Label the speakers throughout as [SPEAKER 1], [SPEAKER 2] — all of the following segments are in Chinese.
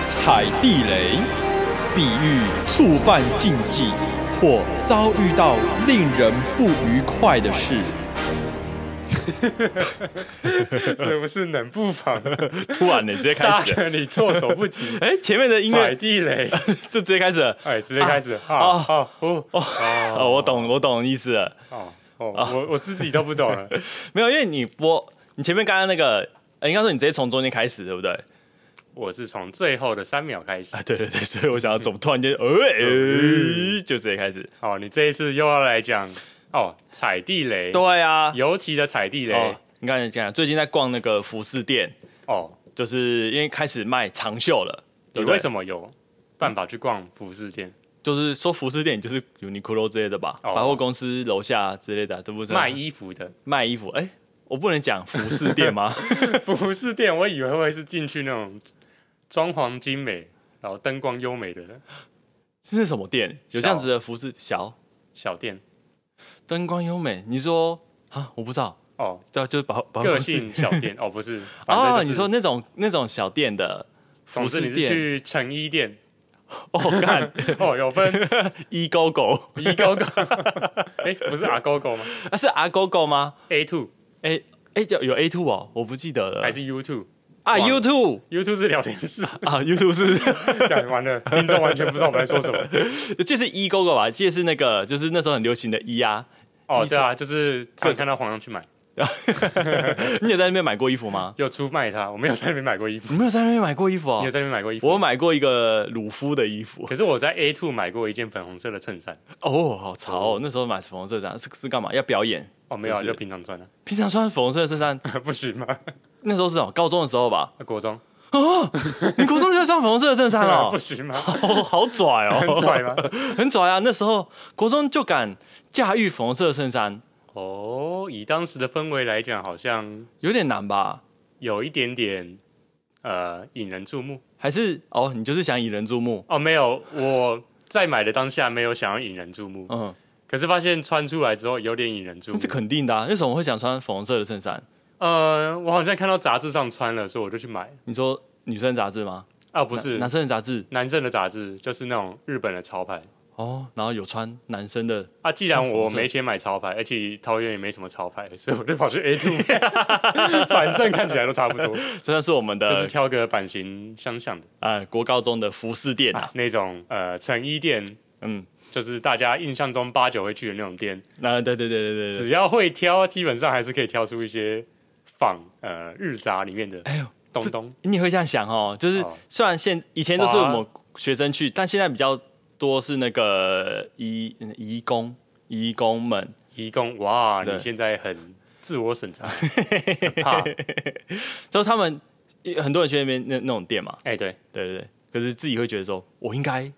[SPEAKER 1] 踩地雷，比喻触犯禁忌或遭遇到令人不愉快的事。
[SPEAKER 2] 所以不是冷 不防
[SPEAKER 3] 突然的、直接 开
[SPEAKER 2] 杀
[SPEAKER 3] 始了。
[SPEAKER 2] 得你措手不及，
[SPEAKER 3] 哎、前面的音
[SPEAKER 2] 踩
[SPEAKER 3] 乐
[SPEAKER 2] 地雷，
[SPEAKER 3] 就直接开始了。
[SPEAKER 2] 哎，直接开始，啊
[SPEAKER 3] 啊
[SPEAKER 2] 啊哦哦
[SPEAKER 3] 哦，我啊懂，我懂意思了。
[SPEAKER 2] 哦哦，我我自己都不懂了，
[SPEAKER 3] 没有，因为你播，你前面刚刚那个，呃应该说你直接从中间开始，对不对？
[SPEAKER 2] 我是从最后的三秒开始
[SPEAKER 3] 啊，。对对 对，所以我想要怎么突 然间，呃、哎就直接开始。
[SPEAKER 2] 哦，你这一次又要来讲哦，踩地雷，
[SPEAKER 3] 对啊，
[SPEAKER 2] 尤其的踩地雷
[SPEAKER 3] 哦，你刚才讲，最近在逛那个服饰店，
[SPEAKER 2] 哦，
[SPEAKER 3] 就是因为开始卖长袖了，
[SPEAKER 2] 你
[SPEAKER 3] 对嗯不对？
[SPEAKER 2] 为什么有办法去逛服饰店
[SPEAKER 3] 就是说服饰店就是 Uniqlo 之类的吧，
[SPEAKER 2] 哦
[SPEAKER 3] 百货公司楼下之类的，这啊不是
[SPEAKER 2] 卖衣服的
[SPEAKER 3] 卖衣服？哎、我不能讲服饰店 吗？
[SPEAKER 2] 服饰店？我以为会是进去那种装潢精美，然后灯光优美的
[SPEAKER 3] 这是什么店？有这样子的服饰小
[SPEAKER 2] 小店
[SPEAKER 3] 灯光优美？你说啊，我不知道，
[SPEAKER 2] 哦，
[SPEAKER 3] 对啊，就是百货百货
[SPEAKER 2] 个
[SPEAKER 3] 公司
[SPEAKER 2] 性小店哦，不是
[SPEAKER 3] 哦，
[SPEAKER 2] 啊，
[SPEAKER 3] 你说，那种那种小店的
[SPEAKER 2] 总
[SPEAKER 3] 服
[SPEAKER 2] 之
[SPEAKER 3] 饰
[SPEAKER 2] 你是
[SPEAKER 3] 店
[SPEAKER 2] 去成衣店
[SPEAKER 3] 哦， 干
[SPEAKER 2] 哦，有分
[SPEAKER 3] 一勾狗
[SPEAKER 2] 一勾 勾，哎，不是阿勾勾吗
[SPEAKER 3] 啊，是 R 勾勾吗？
[SPEAKER 2] ？A two
[SPEAKER 3] 哎哎，叫有 A two 哦，我不记得了，
[SPEAKER 2] 还是 U two？U
[SPEAKER 3] 啊
[SPEAKER 2] 忘了
[SPEAKER 3] U two
[SPEAKER 2] two 是聊天室，
[SPEAKER 3] 啊 U two 是
[SPEAKER 2] 讲完了，听众完全不知道我们在说什么。
[SPEAKER 3] 就是一勾勾吧，记得是那个就是那时候很流行的一啊，
[SPEAKER 2] 哦，
[SPEAKER 3] 你是
[SPEAKER 2] 对啊，就是常看到黄洋去买，
[SPEAKER 3] 你有在那边买过衣服吗？
[SPEAKER 2] 有出卖它。我没有在那边买过衣服，
[SPEAKER 3] 你没有在那边买过衣服
[SPEAKER 2] 你
[SPEAKER 3] 哦
[SPEAKER 2] 有？在那边买过衣服？
[SPEAKER 3] 我买过一个鲁夫的衣服
[SPEAKER 2] 可是我在 A two 买过一件粉红色的衬衫。
[SPEAKER 3] 哦，好潮哦！那时候买粉红色的，是是干嘛？要表演？
[SPEAKER 2] 哦，没有啊，
[SPEAKER 3] 是不是
[SPEAKER 2] 就平常穿的，
[SPEAKER 3] 平常穿粉红色的衬衫，
[SPEAKER 2] 不行吗？啊
[SPEAKER 3] 那时候是哦，高中的时候吧。
[SPEAKER 2] 国中
[SPEAKER 3] 你高中就穿粉红色的衬衫了
[SPEAKER 2] 不，行吗？
[SPEAKER 3] 哦，好拽哦，
[SPEAKER 2] 很拽吗？
[SPEAKER 3] 很拽啊！那时候国中就敢驾驭粉红色的衬衫，
[SPEAKER 2] 哦，以当时的氛围来讲，好像
[SPEAKER 3] 有点难吧？
[SPEAKER 2] 有一点点呃引人注目。
[SPEAKER 3] 还是哦，你就是想引人注目？
[SPEAKER 2] 哦，没有，我在买的当下没有想要引人注目，
[SPEAKER 3] 嗯，
[SPEAKER 2] 可是发现穿出来之后有点引人注
[SPEAKER 3] 那
[SPEAKER 2] 目
[SPEAKER 3] 是。肯定的、啊。为什么会想穿粉红色的衬衫？
[SPEAKER 2] 呃，我好像看到杂志上穿了，所以我就去买。
[SPEAKER 3] 你说女生杂志吗？
[SPEAKER 2] 啊，不是
[SPEAKER 3] 男，男生的杂志
[SPEAKER 2] 男生的杂志，就是那种日本的潮牌
[SPEAKER 3] 哦，然后有穿男生的，
[SPEAKER 2] 啊。既然
[SPEAKER 3] 穿
[SPEAKER 2] 我
[SPEAKER 3] 红色
[SPEAKER 2] 没钱买潮牌，而且桃园也没什么潮牌， 所以我就跑去 A two，反正看起来都差不 多，
[SPEAKER 3] 真的是我们
[SPEAKER 2] 就是
[SPEAKER 3] 的
[SPEAKER 2] 挑个版型相像的、
[SPEAKER 3] 呃国高中的服饰店啊
[SPEAKER 2] 啊，那种呃成衣店，
[SPEAKER 3] 嗯，
[SPEAKER 2] 就是大家印象中八九会去的那种店，
[SPEAKER 3] 那、对对对对对对，
[SPEAKER 2] 只要会挑，基本上还是可以挑出一些仿呃日杂里面的
[SPEAKER 3] 哎呦，
[SPEAKER 2] 东东。
[SPEAKER 3] 你会这样想哦，就是
[SPEAKER 2] 哦
[SPEAKER 3] 虽然现以前都是我
[SPEAKER 2] 哇
[SPEAKER 3] 们学生去，但现在比较多是那个移移工移工们，
[SPEAKER 2] 义工，哇，
[SPEAKER 3] 对
[SPEAKER 2] 你现在很自我 审查，很怕
[SPEAKER 3] 都是他们很多人去那边那那种店嘛，
[SPEAKER 2] 哎、对，
[SPEAKER 3] 对对对，可是自己会觉得说，我应该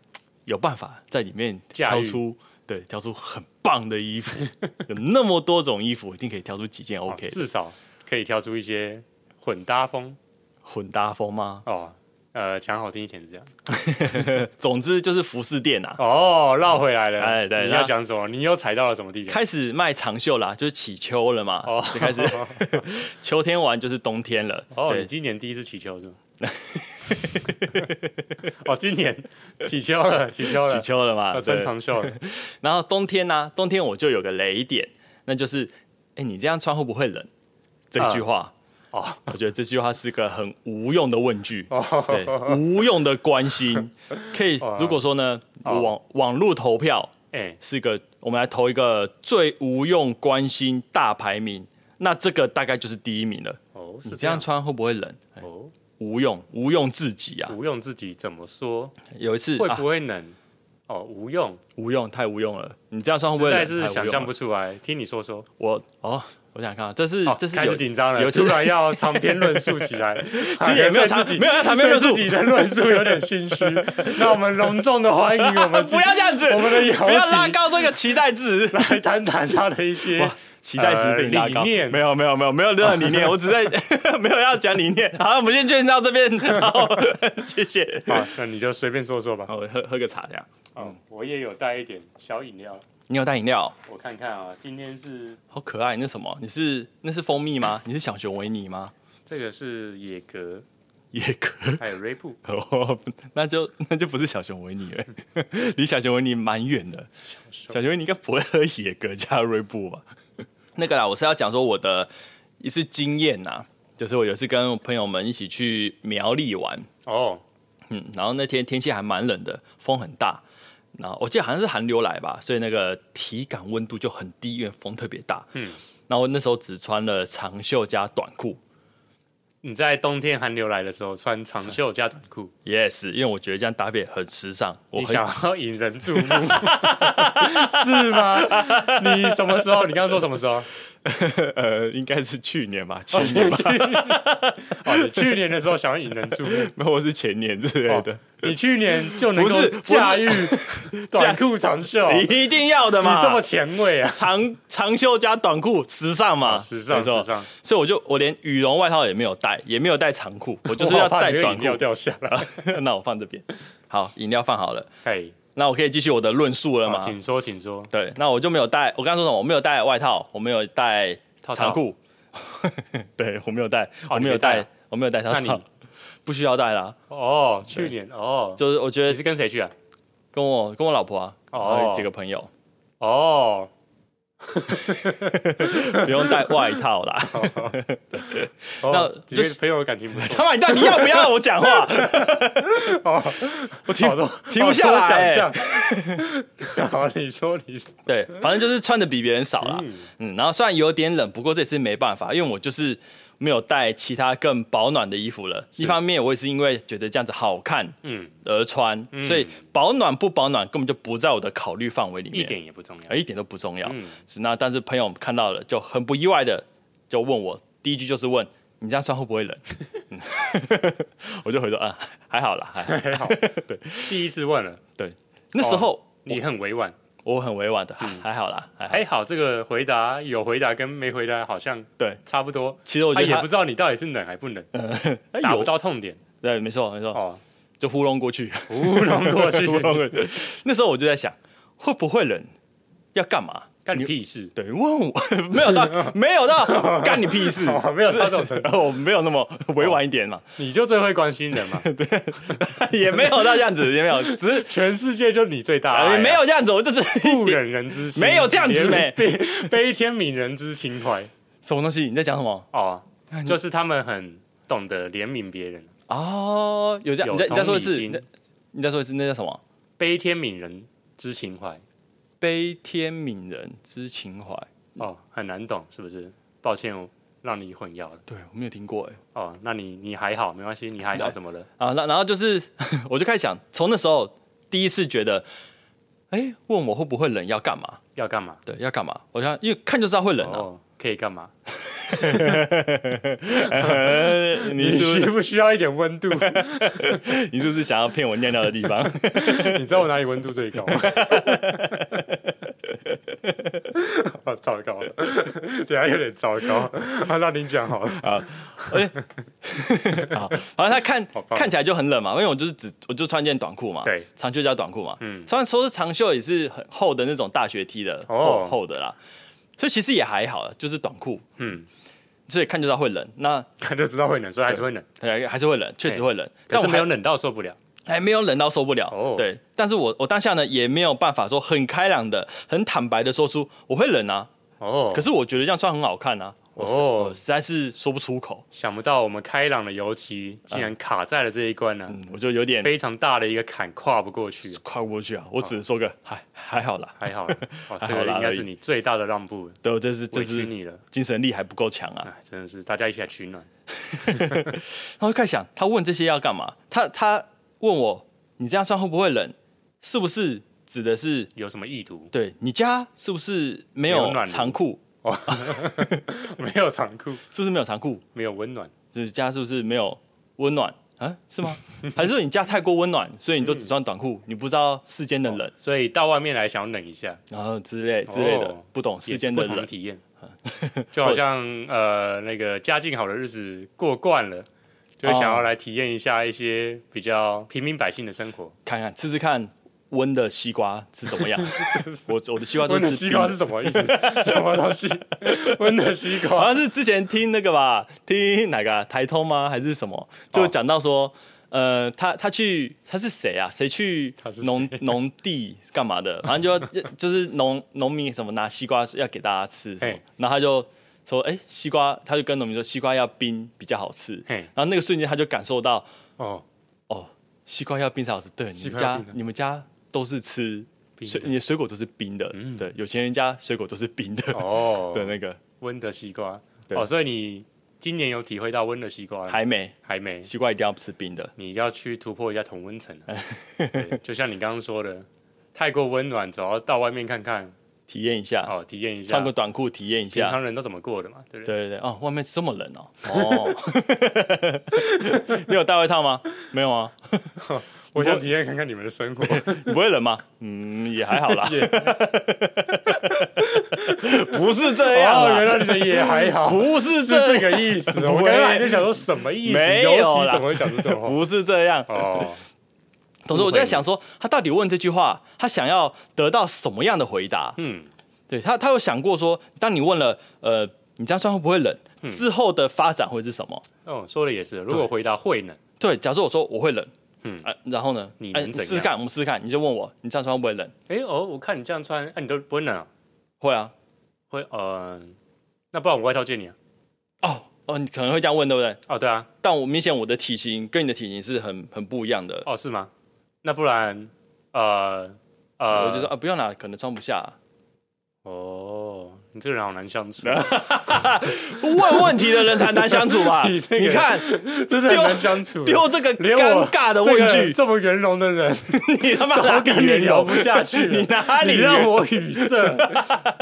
[SPEAKER 3] 有办法在里面
[SPEAKER 2] 驾驭
[SPEAKER 3] 挑出。对，挑出很棒的衣服，有那么多种衣服，我一定可以挑出几件 OK 的。
[SPEAKER 2] 哦至少可以挑出一些混搭风。
[SPEAKER 3] 混搭风吗？
[SPEAKER 2] 哦，呃，讲好听一点是这样。
[SPEAKER 3] 总之就是服饰店啊，
[SPEAKER 2] 哦，绕回来了。
[SPEAKER 3] 哎对
[SPEAKER 2] 你
[SPEAKER 3] 那
[SPEAKER 2] 要讲什么？你又踩到了什么地方？
[SPEAKER 3] 开始卖长袖啦，就是起秋了嘛，
[SPEAKER 2] 哦
[SPEAKER 3] 就开始秋天完就是冬天了。
[SPEAKER 2] 哦，你
[SPEAKER 3] 对，
[SPEAKER 2] 今年第一次起 球是吗？哦，今年起球了，起球了，
[SPEAKER 3] 起秋了嘛，
[SPEAKER 2] 要
[SPEAKER 3] 对
[SPEAKER 2] 穿。长袖了。
[SPEAKER 3] 然后冬天呢、冬天我就有个雷点，那就是，哎，你这样穿会不会冷？这句话。
[SPEAKER 2] 哦
[SPEAKER 3] 我觉得这句话是个很无用的问句，对，
[SPEAKER 2] 哦，
[SPEAKER 3] 无用的关 心。可以
[SPEAKER 2] 哇，
[SPEAKER 3] 如果说呢，
[SPEAKER 2] 哦
[SPEAKER 3] 网网络投票
[SPEAKER 2] 哎，
[SPEAKER 3] 是个，我们来投一个最无用关心大排名，那这个大概就是第一名了。
[SPEAKER 2] 哦，是
[SPEAKER 3] 你这样穿会不会冷？哎
[SPEAKER 2] 哦，
[SPEAKER 3] 无用，无用至极啊！
[SPEAKER 2] 无用自己怎么说？
[SPEAKER 3] 有一次
[SPEAKER 2] 会
[SPEAKER 3] 啊，
[SPEAKER 2] 不会冷？哦，无用，
[SPEAKER 3] 无用，太无用了。你这样哦穿会不
[SPEAKER 2] 实
[SPEAKER 3] 会冷？
[SPEAKER 2] 在是
[SPEAKER 3] 太无用
[SPEAKER 2] 想
[SPEAKER 3] 了
[SPEAKER 2] 象不出来。听你说说，
[SPEAKER 3] 我哦，我想想看啊，这是、
[SPEAKER 2] 哦
[SPEAKER 3] 这，是
[SPEAKER 2] 开始
[SPEAKER 3] 有
[SPEAKER 2] 紧张了，
[SPEAKER 3] 有
[SPEAKER 2] 突
[SPEAKER 3] 次
[SPEAKER 2] 然要长篇论述起 来，啊其
[SPEAKER 3] 其实也没有差，没有差，没有
[SPEAKER 2] 对
[SPEAKER 3] 论
[SPEAKER 2] 自
[SPEAKER 3] 述。
[SPEAKER 2] 己的论述有点心 虚。那我们隆重的欢迎我们
[SPEAKER 3] 不要这样子，
[SPEAKER 2] 我们的姚
[SPEAKER 3] 不要拉
[SPEAKER 2] 琦
[SPEAKER 3] 高这个期待值。
[SPEAKER 2] 来谈谈他的一些
[SPEAKER 3] 哇，期待值被你拉高，
[SPEAKER 2] 呃理念
[SPEAKER 3] 没有没有没有没有任何理念，我只在没有要讲理念。好，我们先介到这边，好，谢谢。
[SPEAKER 2] 好，那你就随便说说吧。
[SPEAKER 3] 好，我喝喝个茶这样。
[SPEAKER 2] 嗯，我也有带一点小饮料，
[SPEAKER 3] 你有带饮料？
[SPEAKER 2] 我看看啊，今天是
[SPEAKER 3] 好可爱，那什么？你是那是蜂蜜吗？你是小熊维尼吗？
[SPEAKER 2] 这个是野格
[SPEAKER 3] 也可
[SPEAKER 2] 还有锐步，
[SPEAKER 3] 哦， 那就那就不是小熊维尼了， 离小熊维尼蛮远的。小熊维尼应该不会喝野格加瑞布吧？ 那个啦，我是要讲说我的一次经验呐、就是我有一次跟朋友们一起去苗栗玩，
[SPEAKER 2] 哦，
[SPEAKER 3] 嗯，然后那天天气还蛮冷的，风很大，然后我记得好像是寒流来吧，所以那个体感温度就很低，因为风特别大。
[SPEAKER 2] 嗯，
[SPEAKER 3] 然后我那时候只穿了长袖加短裤
[SPEAKER 2] 你在冬天寒流来的时候穿长袖加短裤，
[SPEAKER 3] ，yes，因为我觉得这样搭配很时尚。我
[SPEAKER 2] 你
[SPEAKER 3] 很
[SPEAKER 2] 想要引人注目， 是吗？你什么时候？你刚刚说什么时候？
[SPEAKER 3] 呃，应该是去年 吧，前年吧，
[SPEAKER 2] 哦，你去年的时候想要引人 注目，哦
[SPEAKER 3] 没有，我是前年之类的，
[SPEAKER 2] 你去年就能够
[SPEAKER 3] 不是不是
[SPEAKER 2] 驾 驭短裤长 袖，哦你
[SPEAKER 3] 一定要的嘛，
[SPEAKER 2] 这么前卫啊！
[SPEAKER 3] 长长袖加短裤，时尚嘛，
[SPEAKER 2] 时尚
[SPEAKER 3] 没错
[SPEAKER 2] 时尚，
[SPEAKER 3] 所以我就我连羽绒外套也没有带，也没有带长裤，我就是
[SPEAKER 2] 我
[SPEAKER 3] 要
[SPEAKER 2] 好怕
[SPEAKER 3] 带
[SPEAKER 2] 你的
[SPEAKER 3] 短
[SPEAKER 2] 饮料
[SPEAKER 3] 裤。
[SPEAKER 2] 掉下 来。
[SPEAKER 3] 那我放这边，好，饮料放好了，
[SPEAKER 2] 嘿，
[SPEAKER 3] 那我可以继续我的论述了
[SPEAKER 2] 好
[SPEAKER 3] 吗？
[SPEAKER 2] 啊请说，请说。
[SPEAKER 3] 对，那我就没有带，我刚刚说什么？我没有带外套，我没有带
[SPEAKER 2] 套
[SPEAKER 3] 长 裤，对我没有带，我没有
[SPEAKER 2] 你没带
[SPEAKER 3] 带
[SPEAKER 2] 啊，
[SPEAKER 3] 我没有带
[SPEAKER 2] 那
[SPEAKER 3] 套
[SPEAKER 2] 你
[SPEAKER 3] 套，不需要带啦。
[SPEAKER 2] 哦，去年哦，
[SPEAKER 3] 就是我觉
[SPEAKER 2] 你
[SPEAKER 3] 得
[SPEAKER 2] 是跟谁去啊？
[SPEAKER 3] 跟我跟我老婆啊，然
[SPEAKER 2] 哦
[SPEAKER 3] 后几个朋友，
[SPEAKER 2] 哦，
[SPEAKER 3] 不用带外套 啦。那
[SPEAKER 2] 哦几
[SPEAKER 3] 就
[SPEAKER 2] 位
[SPEAKER 3] 是
[SPEAKER 2] 朋友感情不错，
[SPEAKER 3] 他妈，你到底要不要让我讲 话？
[SPEAKER 2] 哦 我停
[SPEAKER 3] 停不下来
[SPEAKER 2] 想 象。好，你说你说，
[SPEAKER 3] 对，反正就是穿的比别人少啦。
[SPEAKER 2] 嗯
[SPEAKER 3] 嗯然后虽然有点冷，不过这也是没办法，因为我就是没有带其他更保暖的衣服了。一方面，我也是因为觉得这样子好看
[SPEAKER 2] 嗯，
[SPEAKER 3] 而穿，所以保暖不保暖根本就不在我的考虑范围里面，
[SPEAKER 2] 一点也不重要
[SPEAKER 3] 呃。一点都不重要。
[SPEAKER 2] 嗯
[SPEAKER 3] 是那但是朋友看到了就很不意外的就问我，第一句就是问你这样穿会不会冷？ 嗯我就回说啊，还好啦，还好
[SPEAKER 2] 还好，对，第一次问了，
[SPEAKER 3] 对。那时候、
[SPEAKER 2] 你很委婉，
[SPEAKER 3] 我很委婉的，还
[SPEAKER 2] 嗯
[SPEAKER 3] 还好啦，还好。
[SPEAKER 2] 还好这个回答有回答跟没回答好像
[SPEAKER 3] 对，
[SPEAKER 2] 差不多，
[SPEAKER 3] 其实我
[SPEAKER 2] 他
[SPEAKER 3] 觉得
[SPEAKER 2] 也
[SPEAKER 3] 他
[SPEAKER 2] 不知道你到底是冷还不冷，
[SPEAKER 3] 哎
[SPEAKER 2] 打
[SPEAKER 3] 有
[SPEAKER 2] 不到痛点
[SPEAKER 3] 对，没错没错，
[SPEAKER 2] 哦，
[SPEAKER 3] 就糊弄过去，
[SPEAKER 2] 糊弄过 去，
[SPEAKER 3] 糊弄过去。那时候我就在想，会不会冷？要干嘛？
[SPEAKER 2] 干你屁事，
[SPEAKER 3] 对，问我 没有 到，没有到，干你屁事
[SPEAKER 2] 哦！没有到这种程
[SPEAKER 3] 度， 我没有那么委婉一点嘛，
[SPEAKER 2] 你就最会关心人 嘛，哦
[SPEAKER 3] 也没有到这样子， 也没有，只是
[SPEAKER 2] 全世界就你最大爱啊，
[SPEAKER 3] 也哎没有这样子，我就是
[SPEAKER 2] 不忍人之心，
[SPEAKER 3] 没有这样子
[SPEAKER 2] 悲
[SPEAKER 3] 没
[SPEAKER 2] 悲悲天悯人之情怀
[SPEAKER 3] 什么东西？你在讲什么？
[SPEAKER 2] 哦，就是他们很懂得怜悯别人，
[SPEAKER 3] 哦，有这样，
[SPEAKER 2] 有
[SPEAKER 3] 你再你再说一次，
[SPEAKER 2] 同理
[SPEAKER 3] 你
[SPEAKER 2] 心
[SPEAKER 3] 再你再说一次，那叫什么？
[SPEAKER 2] 悲天悯人之情怀
[SPEAKER 3] 悲天悯人之情怀。
[SPEAKER 2] 哦，很难懂是不是？抱歉，我让你混淆了
[SPEAKER 3] 对，我没有听过哎。
[SPEAKER 2] 哦，那你你还好，没关系，你还好，
[SPEAKER 3] 对
[SPEAKER 2] 怎么了？
[SPEAKER 3] 啊，那然后就是 我就开始想，从那时候第一次觉得，哎，问我会不会冷要干嘛？
[SPEAKER 2] 要干嘛？
[SPEAKER 3] 对，要干嘛？我想，因为看就知道会冷啊。
[SPEAKER 2] 哦，可以干嘛？
[SPEAKER 3] 哎你是不 是
[SPEAKER 2] 不需要一点温 度？你
[SPEAKER 3] 你是不是想要骗我尿尿的地方？
[SPEAKER 2] 知道我哪里温度最 高吗？哦，糟糕了，等一下有点糟糕。啊，让你讲好了。
[SPEAKER 3] 啊，然后他看
[SPEAKER 2] 好棒
[SPEAKER 3] 看起来就很冷嘛，因为我就是只我就穿件短裤嘛，
[SPEAKER 2] 对，
[SPEAKER 3] 长袖加短裤嘛，
[SPEAKER 2] 嗯
[SPEAKER 3] 嗯，虽然说是长袖也是很厚的那种大学 T 的，
[SPEAKER 2] 哦
[SPEAKER 3] 厚厚的啦，所以其实也还好啦，就是短裤，
[SPEAKER 2] 嗯，
[SPEAKER 3] 所以看就知道会冷，那
[SPEAKER 2] 他就知道会冷，所以还是会冷，
[SPEAKER 3] 呃还是会冷，确实会冷，
[SPEAKER 2] 哎可
[SPEAKER 3] 但
[SPEAKER 2] 是
[SPEAKER 3] 我
[SPEAKER 2] 没有
[SPEAKER 3] 还
[SPEAKER 2] 冷到受不了。
[SPEAKER 3] 还没有冷到受不了。
[SPEAKER 2] 哦
[SPEAKER 3] 对，但是我我当下呢也没有办法说很开朗的、很坦白的说出我会冷啊，
[SPEAKER 2] 哦，
[SPEAKER 3] 可是我觉得这样穿很好看啊，我实、
[SPEAKER 2] 哦
[SPEAKER 3] 我实在是说不出口，
[SPEAKER 2] 想不到我们开朗的尤其竟然卡在了这一关呢、啊
[SPEAKER 3] 嗯，我就有点
[SPEAKER 2] 非常大的一个坎跨不过去。
[SPEAKER 3] 跨不过去啊，我只能说个还还好啦，
[SPEAKER 2] 还好啦， 哦，
[SPEAKER 3] 还好啦
[SPEAKER 2] 这个应该是
[SPEAKER 3] 而已
[SPEAKER 2] 你最大的让步，
[SPEAKER 3] 对，我这是这
[SPEAKER 2] 委屈
[SPEAKER 3] 是
[SPEAKER 2] 你了，
[SPEAKER 3] 精神力还不够强啊。
[SPEAKER 2] 哎，真的是大家一起来取暖。
[SPEAKER 3] 然后开始想，他问这些要干嘛？他他问我，你这样穿会不会冷？是不是指的是
[SPEAKER 2] 有什么意图？
[SPEAKER 3] 对你家是不是没
[SPEAKER 2] 没
[SPEAKER 3] 有
[SPEAKER 2] 有暖炉
[SPEAKER 3] 长裤？
[SPEAKER 2] 没有长裤，
[SPEAKER 3] 是不是没有长裤？
[SPEAKER 2] 没有温暖，
[SPEAKER 3] 就是家是不是没有温暖啊？是 吗？还是说你家太过温暖，所以你都只穿短裤，你不知道世间的冷，
[SPEAKER 2] 所以到外面来想要冷一下，
[SPEAKER 3] 然后之类之类的，
[SPEAKER 2] 哦
[SPEAKER 3] 不懂
[SPEAKER 2] 也
[SPEAKER 3] 世
[SPEAKER 2] 是
[SPEAKER 3] 间
[SPEAKER 2] 不
[SPEAKER 3] 的
[SPEAKER 2] 同的
[SPEAKER 3] 冷。
[SPEAKER 2] 体验。就好像呃，那个家境好的日子过惯了，哦就想要来体验一下一些比较平民百姓的生活。
[SPEAKER 3] 看看吃吃看温的西瓜是怎么 样？我我的西瓜都
[SPEAKER 2] 温的
[SPEAKER 3] 是
[SPEAKER 2] 西
[SPEAKER 3] 冰
[SPEAKER 2] 瓜是什么 意思？什么东西？ 温的西
[SPEAKER 3] 好
[SPEAKER 2] 瓜
[SPEAKER 3] 像是之前听那个吧，听哪个、啊、台通吗？还是什么？就讲到说，呃，他他去他是谁啊？谁去
[SPEAKER 2] 他是谁
[SPEAKER 3] 农农地干嘛的？反正就要就就是农农民什么拿西瓜要给大家吃什么
[SPEAKER 2] 嘿，
[SPEAKER 3] 然后他就说，哎、西瓜，他就跟农民说，西瓜要冰比较好吃。
[SPEAKER 2] 嘿
[SPEAKER 3] 然后那个瞬间他就感受到，
[SPEAKER 2] 哦，
[SPEAKER 3] 哦，西瓜要冰才好吃。对，你
[SPEAKER 2] 西
[SPEAKER 3] 们
[SPEAKER 2] 瓜
[SPEAKER 3] 家
[SPEAKER 2] 要冰的
[SPEAKER 3] 你们家都是吃
[SPEAKER 2] 冰
[SPEAKER 3] 水，
[SPEAKER 2] 的
[SPEAKER 3] 你的水果都是冰的。
[SPEAKER 2] 嗯
[SPEAKER 3] 对，有钱人家水果都是冰的。
[SPEAKER 2] 哦，
[SPEAKER 3] 的那个
[SPEAKER 2] 温的西瓜。
[SPEAKER 3] 对
[SPEAKER 2] 哦，所以你今年有体会到温的西瓜了？
[SPEAKER 3] 还没，
[SPEAKER 2] 还没？
[SPEAKER 3] 西瓜一定要吃冰的。
[SPEAKER 2] 你要去突破一下同温层 啊、对就像你刚刚说的，太过温暖，总要到外面看看，
[SPEAKER 3] 体验一下，
[SPEAKER 2] 哦，体验一下
[SPEAKER 3] 穿个短裤体验一
[SPEAKER 2] 平
[SPEAKER 3] 下。
[SPEAKER 2] 常人都怎么过的嘛，对不对？
[SPEAKER 3] 对对对，哦，外面这么冷哦。哦， 你有带外套吗？没有啊，
[SPEAKER 2] 我想体验看看你们的 生活，
[SPEAKER 3] 你不会冷吗？嗯， 也还好啦。不是这样
[SPEAKER 2] 哦，
[SPEAKER 3] 啦
[SPEAKER 2] 原来你的也还好，
[SPEAKER 3] 不是
[SPEAKER 2] 是
[SPEAKER 3] 这
[SPEAKER 2] 这个意思。
[SPEAKER 3] 会
[SPEAKER 2] 我刚刚还在想说什么意思，
[SPEAKER 3] 没有
[SPEAKER 2] 尤其
[SPEAKER 3] 啦
[SPEAKER 2] 怎么会讲出这种话？
[SPEAKER 3] 不是这样。
[SPEAKER 2] 哦，
[SPEAKER 3] 总之，我就在想说，他到底问这句话，他想要得到什么样的回答？
[SPEAKER 2] 嗯，
[SPEAKER 3] 对他，他有想过说，当你问了，呃，你这样穿会不会冷？之后的发展会是什么？
[SPEAKER 2] 哦，说的也是。如果回答会呢，
[SPEAKER 3] 对，假设我说我会冷，嗯
[SPEAKER 2] 嗯，
[SPEAKER 3] 啊，然后呢，
[SPEAKER 2] 你
[SPEAKER 3] 哎
[SPEAKER 2] 能怎样
[SPEAKER 3] 试试看，我们试试看，你就问我，你这样穿会不会冷？
[SPEAKER 2] 哎、哦，我看你这样穿，啊，你都不会冷、啊，
[SPEAKER 3] 会啊，
[SPEAKER 2] 会呃，那不然我外套借你啊？
[SPEAKER 3] 哦哦，你可能会这样问，对不对？
[SPEAKER 2] 哦，对啊，
[SPEAKER 3] 但我明显我的体型跟你的体型是很很不一样的，
[SPEAKER 2] 哦，是吗？那不然，呃呃，
[SPEAKER 3] 我就说啊，不用啦，可能装不下。啊
[SPEAKER 2] 哦，你这个人好难相 处，
[SPEAKER 3] 问问题的人才难相处嘛，
[SPEAKER 2] 你这个
[SPEAKER 3] 你看
[SPEAKER 2] 真的很难相处。
[SPEAKER 3] 丢这个
[SPEAKER 2] 连我
[SPEAKER 3] 尴尬的问
[SPEAKER 2] 这个
[SPEAKER 3] 句，
[SPEAKER 2] 这么圆融的人，
[SPEAKER 3] 你他妈哪
[SPEAKER 2] 我
[SPEAKER 3] 里
[SPEAKER 2] 跟你
[SPEAKER 3] 圆
[SPEAKER 2] 聊
[SPEAKER 3] 融
[SPEAKER 2] 不？下去了。
[SPEAKER 3] 你哪里
[SPEAKER 2] 你
[SPEAKER 3] 圆
[SPEAKER 2] 让我语塞，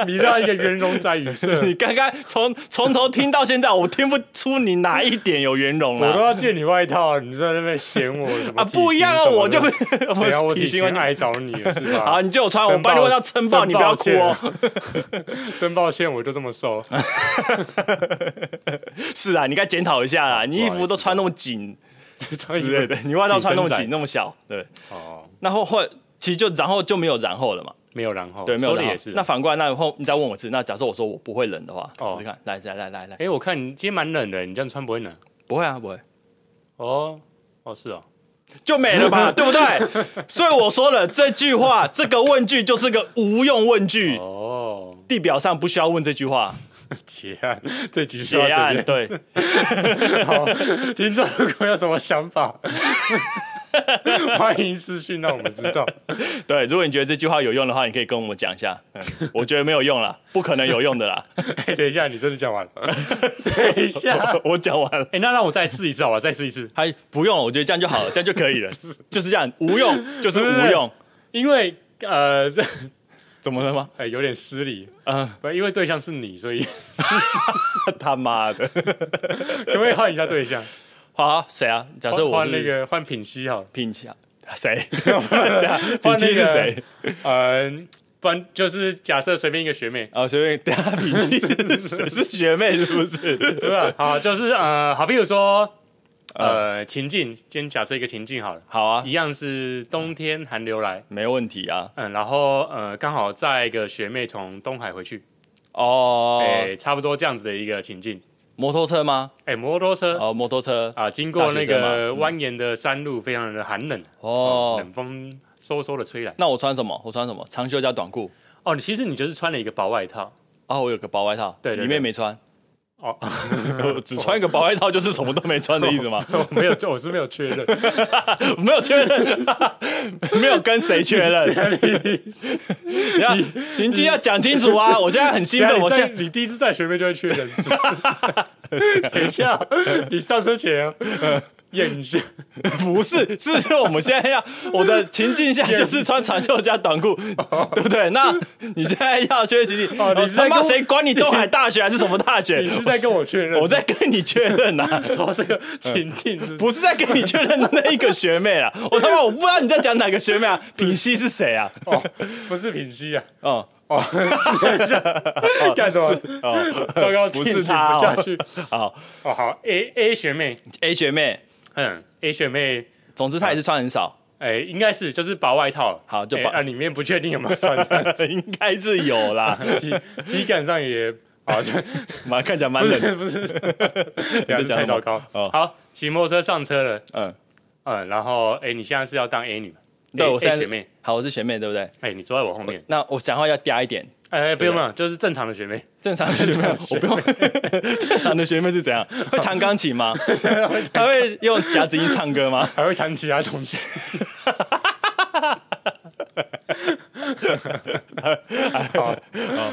[SPEAKER 2] 你让一个圆 融仔语 塞，
[SPEAKER 3] 你刚刚从从头听到现在，我听不出你哪一点有圆融
[SPEAKER 2] 我都
[SPEAKER 3] 了
[SPEAKER 2] 要借你外套，你在那边嫌我什么
[SPEAKER 3] 啊！
[SPEAKER 2] 体型
[SPEAKER 3] 不一样啊，
[SPEAKER 2] 什么的
[SPEAKER 3] 我就
[SPEAKER 2] 对啊，
[SPEAKER 3] 我
[SPEAKER 2] 我
[SPEAKER 3] 体
[SPEAKER 2] 体
[SPEAKER 3] 型
[SPEAKER 2] 型
[SPEAKER 3] 问题
[SPEAKER 2] 爱找你了是吧？
[SPEAKER 3] 好，你就有穿，我
[SPEAKER 2] 真
[SPEAKER 3] 把你
[SPEAKER 2] 抱
[SPEAKER 3] 问到撑爆，
[SPEAKER 2] 真
[SPEAKER 3] 你不要哭哦。
[SPEAKER 2] 真抱歉，我就这么瘦。
[SPEAKER 3] 是啊，你该检讨一下啦，你衣服都穿那么紧
[SPEAKER 2] 之
[SPEAKER 3] 之类的，你外套穿那么紧那么小，对。
[SPEAKER 2] 哦，
[SPEAKER 3] 然后后来其实就然后就没有然后了嘛，
[SPEAKER 2] 没有然后，
[SPEAKER 3] 对，没有
[SPEAKER 2] 说的
[SPEAKER 3] 然后
[SPEAKER 2] 哦也是。啊
[SPEAKER 3] 那反过来，那以后你再问我一次，那假设我说我不会冷的话，
[SPEAKER 2] 哦
[SPEAKER 3] 试试看，来来来来来，
[SPEAKER 2] 哎，我看你今天蛮冷的，你这样穿不会冷？
[SPEAKER 3] 不会啊，不会，
[SPEAKER 2] 哦，哦是哦，
[SPEAKER 3] 就没了吧，对不对？所以我说了这句话，这个问句就是个无用问句，
[SPEAKER 2] 哦，
[SPEAKER 3] 地表上不需要问这句话，
[SPEAKER 2] 结案，这局
[SPEAKER 3] 结案，对，
[SPEAKER 2] 好，听众如果有什么想法，欢迎私讯让我们知道。
[SPEAKER 3] 对，如果你觉得这句话有用的话，你可以跟我们讲一下。嗯我觉得没有用啦，不可能有用的啦。
[SPEAKER 2] 哎、等一下，你真的讲完了？ 等一下，哎、
[SPEAKER 3] 我讲完了，
[SPEAKER 2] 那让我再试一次好吧，再试一次。
[SPEAKER 3] 还不用了，我觉得这样就好了，这样就可以 了，就是这样，无用就是
[SPEAKER 2] 不是
[SPEAKER 3] 无用，
[SPEAKER 2] 因为呃，
[SPEAKER 3] 怎么了吗？
[SPEAKER 2] 哎、有点失礼，
[SPEAKER 3] 嗯，
[SPEAKER 2] 不，因为对象是你，所以 可
[SPEAKER 3] 他妈的，
[SPEAKER 2] 不可以换一下对象？
[SPEAKER 3] 好啊谁啊？假设
[SPEAKER 2] 换
[SPEAKER 3] 我
[SPEAKER 2] 换
[SPEAKER 3] 是
[SPEAKER 2] 那个换品熙好了，
[SPEAKER 3] 聘请啊 谁？
[SPEAKER 2] 换
[SPEAKER 3] 聘
[SPEAKER 2] 那
[SPEAKER 3] 请
[SPEAKER 2] 个
[SPEAKER 3] 是谁？
[SPEAKER 2] 嗯、不然就是假设随便一个学妹，
[SPEAKER 3] 啊，随便等下聘请是谁？ 是学妹是不是？
[SPEAKER 2] 对吧？好，就是呃，好，比如说呃，情境，今天假设一个情境好了，
[SPEAKER 3] 好啊
[SPEAKER 2] 一，样是冬天寒流来。
[SPEAKER 3] 没问题啊。
[SPEAKER 2] 嗯，然后呃，刚好在一个学妹从东海回去，
[SPEAKER 3] 哦
[SPEAKER 2] 哎、，差不多这样子的一个情境。
[SPEAKER 3] 摩托车吗？
[SPEAKER 2] 哎、摩托车啊、
[SPEAKER 3] 哦，摩托车。
[SPEAKER 2] 经过
[SPEAKER 3] 大
[SPEAKER 2] 那
[SPEAKER 3] 学生嘛
[SPEAKER 2] 个
[SPEAKER 3] 嗯
[SPEAKER 2] 蜿蜒的山路，非常的寒冷，哦，
[SPEAKER 3] 哦，
[SPEAKER 2] 冷风嗖嗖的吹来。
[SPEAKER 3] 那我穿什么？我穿什么？长袖加短裤。
[SPEAKER 2] 哦，你其实你就是穿了一个薄外套，
[SPEAKER 3] 哦，我有个薄外套，
[SPEAKER 2] 对对对
[SPEAKER 3] 里面没穿。
[SPEAKER 2] 哦，
[SPEAKER 3] 我只穿一个薄外套，就是什么都没穿的意思吗？
[SPEAKER 2] 我没有，我是没有确认。
[SPEAKER 3] 没有确认，没有跟谁确认。你要行迹要讲清楚啊！我现在很兴奋，我
[SPEAKER 2] 等一
[SPEAKER 3] 现在
[SPEAKER 2] 下你在你第一次在学妹就会确认是不是 等一下，你上车前要验一下，
[SPEAKER 3] 不是，是说我们现在要我的情境下就是穿长袖加短裤，对不对？那你现在要确认情境，
[SPEAKER 2] 哦哦你是在
[SPEAKER 3] 他妈
[SPEAKER 2] 跟我
[SPEAKER 3] 谁管你东海大学还是什么大学
[SPEAKER 2] 你？是在跟我确认？
[SPEAKER 3] 我在跟你确认啊，
[SPEAKER 2] 说这个情境是不是
[SPEAKER 3] 不是在跟你确认那一个学妹啊！我他妈我不知道你在讲哪个学妹啊，品熙是谁啊？
[SPEAKER 2] 哦，不是品熙啊，
[SPEAKER 3] 哦，
[SPEAKER 2] 哦，干什么？
[SPEAKER 3] 哦
[SPEAKER 2] 糟糕，
[SPEAKER 3] 不
[SPEAKER 2] 进
[SPEAKER 3] 是
[SPEAKER 2] 行
[SPEAKER 3] 他
[SPEAKER 2] 不
[SPEAKER 3] 哦
[SPEAKER 2] 下去。
[SPEAKER 3] 好
[SPEAKER 2] 哦，好，A A 学妹，
[SPEAKER 3] ，A 学妹，
[SPEAKER 2] 嗯，A 学妹，
[SPEAKER 3] 总之她也是穿很少，
[SPEAKER 2] 哎、应该是就是薄外套，
[SPEAKER 3] 好就
[SPEAKER 2] 哎
[SPEAKER 3] 薄
[SPEAKER 2] 啊，里面不确定有没有穿上，
[SPEAKER 3] 应该是有啦，
[SPEAKER 2] 体体感上也 好像
[SPEAKER 3] 蛮看起来蛮
[SPEAKER 2] 不
[SPEAKER 3] 冷的。
[SPEAKER 2] 是不是，不要
[SPEAKER 3] 你在讲
[SPEAKER 2] 太
[SPEAKER 3] 什
[SPEAKER 2] 糟
[SPEAKER 3] 么
[SPEAKER 2] 糕。
[SPEAKER 3] 哦
[SPEAKER 2] 好，骑摩托车上车了，
[SPEAKER 3] 嗯，
[SPEAKER 2] 嗯，然后哎、你现在是要当 A 女吗
[SPEAKER 3] 对
[SPEAKER 2] A-
[SPEAKER 3] 我现在
[SPEAKER 2] A
[SPEAKER 3] 是
[SPEAKER 2] 学妹，
[SPEAKER 3] 好，我是哎学妹，对不对？
[SPEAKER 2] 哎、你坐在我后面，
[SPEAKER 3] 那我讲话要嗲一点，
[SPEAKER 2] 哎、不用不
[SPEAKER 3] 啊
[SPEAKER 2] 用，就是正常的学妹，
[SPEAKER 3] 正常的学妹，我不用。正常的学妹是怎样？会弹钢琴 吗？
[SPEAKER 2] 啊
[SPEAKER 3] 她会用夹子音唱歌吗？
[SPEAKER 2] 还会弹其他东西。 好，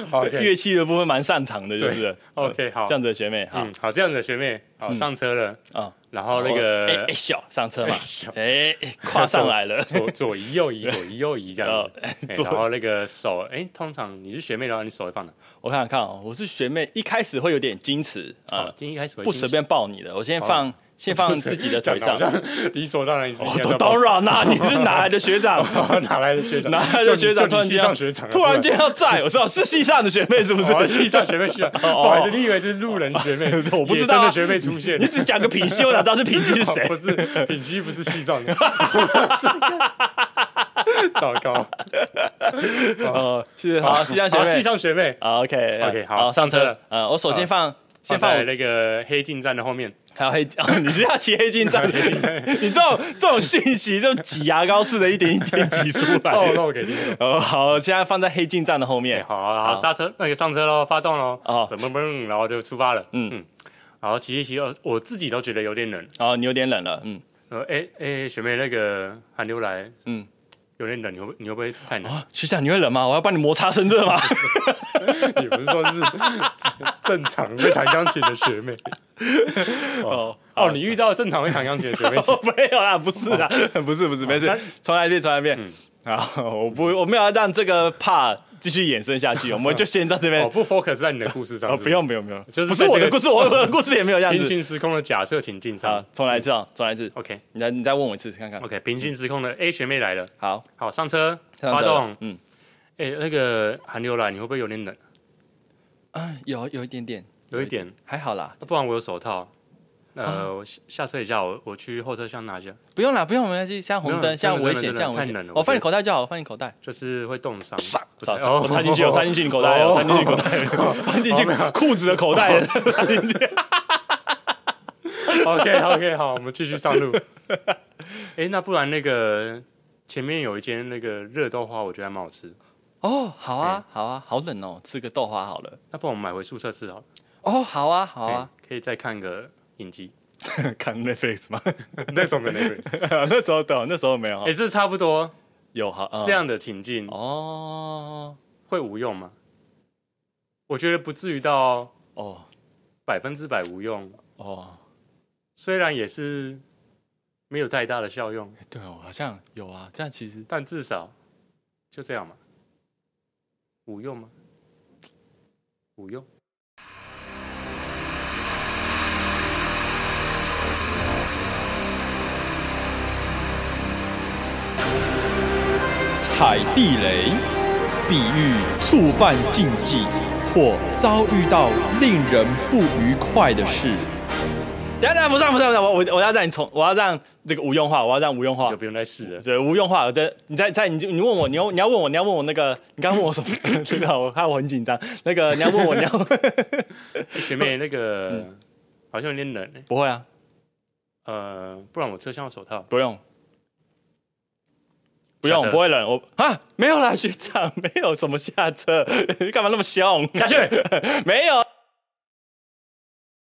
[SPEAKER 2] 好
[SPEAKER 3] 乐
[SPEAKER 2] ，OK，
[SPEAKER 3] 器的部分蛮擅长的，就是了
[SPEAKER 2] 对，OK，好
[SPEAKER 3] 这，样子的学妹，好
[SPEAKER 2] 嗯，好，这样子的学妹，好，上车了，
[SPEAKER 3] 啊。
[SPEAKER 2] 然后那个
[SPEAKER 3] 哎哎小上车嘛
[SPEAKER 2] 哎小，
[SPEAKER 3] 哎跨上来 了，
[SPEAKER 2] 左左移 右移，左移右移这样子。
[SPEAKER 3] 哦
[SPEAKER 2] 哎
[SPEAKER 3] 左
[SPEAKER 2] 然后那个手，哎、通常你是学妹的话，你手会放哪？
[SPEAKER 3] 我看看哦，我是学妹，一开始会有点矜持啊
[SPEAKER 2] 哦，，今天一开始会
[SPEAKER 3] 不随便抱你的，我先放先放自己的腿上。
[SPEAKER 2] 讲得好像理所当然是应该
[SPEAKER 3] 哦
[SPEAKER 2] 要抱
[SPEAKER 3] 当然啦，你是哪来的学 长？
[SPEAKER 2] 哪来的学 长？
[SPEAKER 3] 哪来的学长突
[SPEAKER 2] 就
[SPEAKER 3] 然
[SPEAKER 2] 你就你系
[SPEAKER 3] 间
[SPEAKER 2] 上学长啊，
[SPEAKER 3] 突然间要在，我知道是系上的学妹是不
[SPEAKER 2] 不然。
[SPEAKER 3] 是？
[SPEAKER 2] 是哦系上学妹学长，不好意思，你以为是路人学妹？
[SPEAKER 3] 我不知道啊
[SPEAKER 2] 野生的学妹出 现
[SPEAKER 3] 你，只讲个品系，我哪知道是品系是谁
[SPEAKER 2] 哦？不是品熙，不是 系上的。糟糕，
[SPEAKER 3] 哦， 是好，系上学
[SPEAKER 2] 好系
[SPEAKER 3] 妹。
[SPEAKER 2] 上学妹，
[SPEAKER 3] 好，OK
[SPEAKER 2] OK，好
[SPEAKER 3] 好，上车
[SPEAKER 2] 上
[SPEAKER 3] 了
[SPEAKER 2] 车。
[SPEAKER 3] 呃，我首先放先
[SPEAKER 2] 放
[SPEAKER 3] 放
[SPEAKER 2] 在
[SPEAKER 3] 我
[SPEAKER 2] 那个黑镜站的后面。
[SPEAKER 3] 还有黑，哦你是要骑黑金 站？你这种这种讯息，就挤牙膏似的，一点一点挤出
[SPEAKER 2] 透
[SPEAKER 3] 来。
[SPEAKER 2] 露给听众。
[SPEAKER 3] 哦，好，现在放在黑金站的后面。
[SPEAKER 2] 好好好，刹车，那个上车喽，发动喽，
[SPEAKER 3] 哦
[SPEAKER 2] 嘣嘣嘣，然后就出发了。
[SPEAKER 3] 嗯
[SPEAKER 2] 嗯，然后骑一骑，呃我自己都觉得有点冷。
[SPEAKER 3] 哦，你有点冷了，嗯。
[SPEAKER 2] 呃，哎哎，学妹，那个寒流来，
[SPEAKER 3] 嗯
[SPEAKER 2] 嗯，有点冷，你会不你会不会太冷？
[SPEAKER 3] 啊学长，你会冷吗？我要帮你摩擦生热吗？
[SPEAKER 2] 也不是说是正常会弹钢琴的学妹
[SPEAKER 3] 哦，
[SPEAKER 2] 哦，你遇到正常会弹钢琴的学妹是
[SPEAKER 3] 哦，没有啦，不是啦，不是不是，没事
[SPEAKER 2] 那，
[SPEAKER 3] 重来一遍，重来一遍。好，我不，我没有要让这个怕继续衍生下去，我们就先到这边
[SPEAKER 2] 哦，。不 focus 在你的故事上
[SPEAKER 3] 哦，
[SPEAKER 2] 是
[SPEAKER 3] 不用不用不用，
[SPEAKER 2] 就是
[SPEAKER 3] 不是
[SPEAKER 2] 在
[SPEAKER 3] 我
[SPEAKER 2] 这
[SPEAKER 3] 的
[SPEAKER 2] 个
[SPEAKER 3] 故事，我我的故事也没有这样
[SPEAKER 2] 平
[SPEAKER 3] 子。
[SPEAKER 2] 行时空的假设情境
[SPEAKER 3] 好
[SPEAKER 2] 上，
[SPEAKER 3] 重来一次啊，重来一次。
[SPEAKER 2] ，OK
[SPEAKER 3] 你再你再问我一次看看。
[SPEAKER 2] OK，平行时空的 A 学妹来了，
[SPEAKER 3] 好，
[SPEAKER 2] 好，上车，
[SPEAKER 3] 上
[SPEAKER 2] 发
[SPEAKER 3] 车了
[SPEAKER 2] 动，
[SPEAKER 3] 嗯，
[SPEAKER 2] 哎，那个寒流来，你会不会有点冷？
[SPEAKER 3] 啊，有有一点点，
[SPEAKER 2] 有一点，啊
[SPEAKER 3] 还好啦，
[SPEAKER 2] 不然我有手套。呃，我下下车一下，我我去后车厢拿一下，
[SPEAKER 3] 不用啦，不用，没关系。像红
[SPEAKER 2] 没有
[SPEAKER 3] 灯，像危
[SPEAKER 2] 真的真
[SPEAKER 3] 险，
[SPEAKER 2] 的
[SPEAKER 3] 像危
[SPEAKER 2] 太冷
[SPEAKER 3] 险
[SPEAKER 2] 了，
[SPEAKER 3] 我放
[SPEAKER 2] 我觉
[SPEAKER 3] 你
[SPEAKER 2] 得
[SPEAKER 3] 口袋就好，我放你口袋。
[SPEAKER 2] 就是会冻伤。不
[SPEAKER 3] 少
[SPEAKER 2] 哦是
[SPEAKER 3] 少我插进去，我插进去你口袋，
[SPEAKER 2] 哦
[SPEAKER 3] 我插进去口袋，插进去裤子的口袋。
[SPEAKER 2] OK OK，好，我们继续上路。哎、那不然那个前面有一间那个热豆花，我觉得还蛮好吃。
[SPEAKER 3] 哦，好啊，好啊，好冷哦，吃个豆花好了。
[SPEAKER 2] 那不然我们买回宿舍吃好了。
[SPEAKER 3] 哦，好啊，好
[SPEAKER 2] 好
[SPEAKER 3] 啊，
[SPEAKER 2] 可以再看个影集，
[SPEAKER 3] 看 Netflix 吗？
[SPEAKER 2] 那种的那个。
[SPEAKER 3] 那时候等，那时候没有
[SPEAKER 2] 哎、，这差不多
[SPEAKER 3] 有好
[SPEAKER 2] 这。样的情境、
[SPEAKER 3] 嗯哦
[SPEAKER 2] 会无用吗？我觉得不至于到
[SPEAKER 3] 哦
[SPEAKER 2] 百分之百无用，
[SPEAKER 3] 哦，
[SPEAKER 2] 虽然也是没有太大的效用，
[SPEAKER 3] 对哦，好像有啊。这样其实
[SPEAKER 2] 但至少就这样嘛。无用吗？无用。
[SPEAKER 1] 踩地雷，比喻触犯禁忌或遭遇到令人不愉快的事。
[SPEAKER 3] 等一下等一下不上啊不上不上，我我我要让你重，我要让这个无用话，我要让无用话
[SPEAKER 2] 就。不用再试了。
[SPEAKER 3] 对，无用话，我在你在在你就你问我，你要你要问我，你要问我那个，你刚刚问我什么？ 真的，我看我很紧张。那个你要问我，你要，
[SPEAKER 2] 前面那个好像有点冷、欸
[SPEAKER 3] 不会啊，
[SPEAKER 2] 呃，不然我车厢有手套。
[SPEAKER 3] 不用，不
[SPEAKER 2] 下
[SPEAKER 3] 用，
[SPEAKER 2] 车
[SPEAKER 3] 不会冷。我啊， 没有啦，学长，没有什么下车，干嘛那么凶？
[SPEAKER 2] 下去，
[SPEAKER 3] 没有。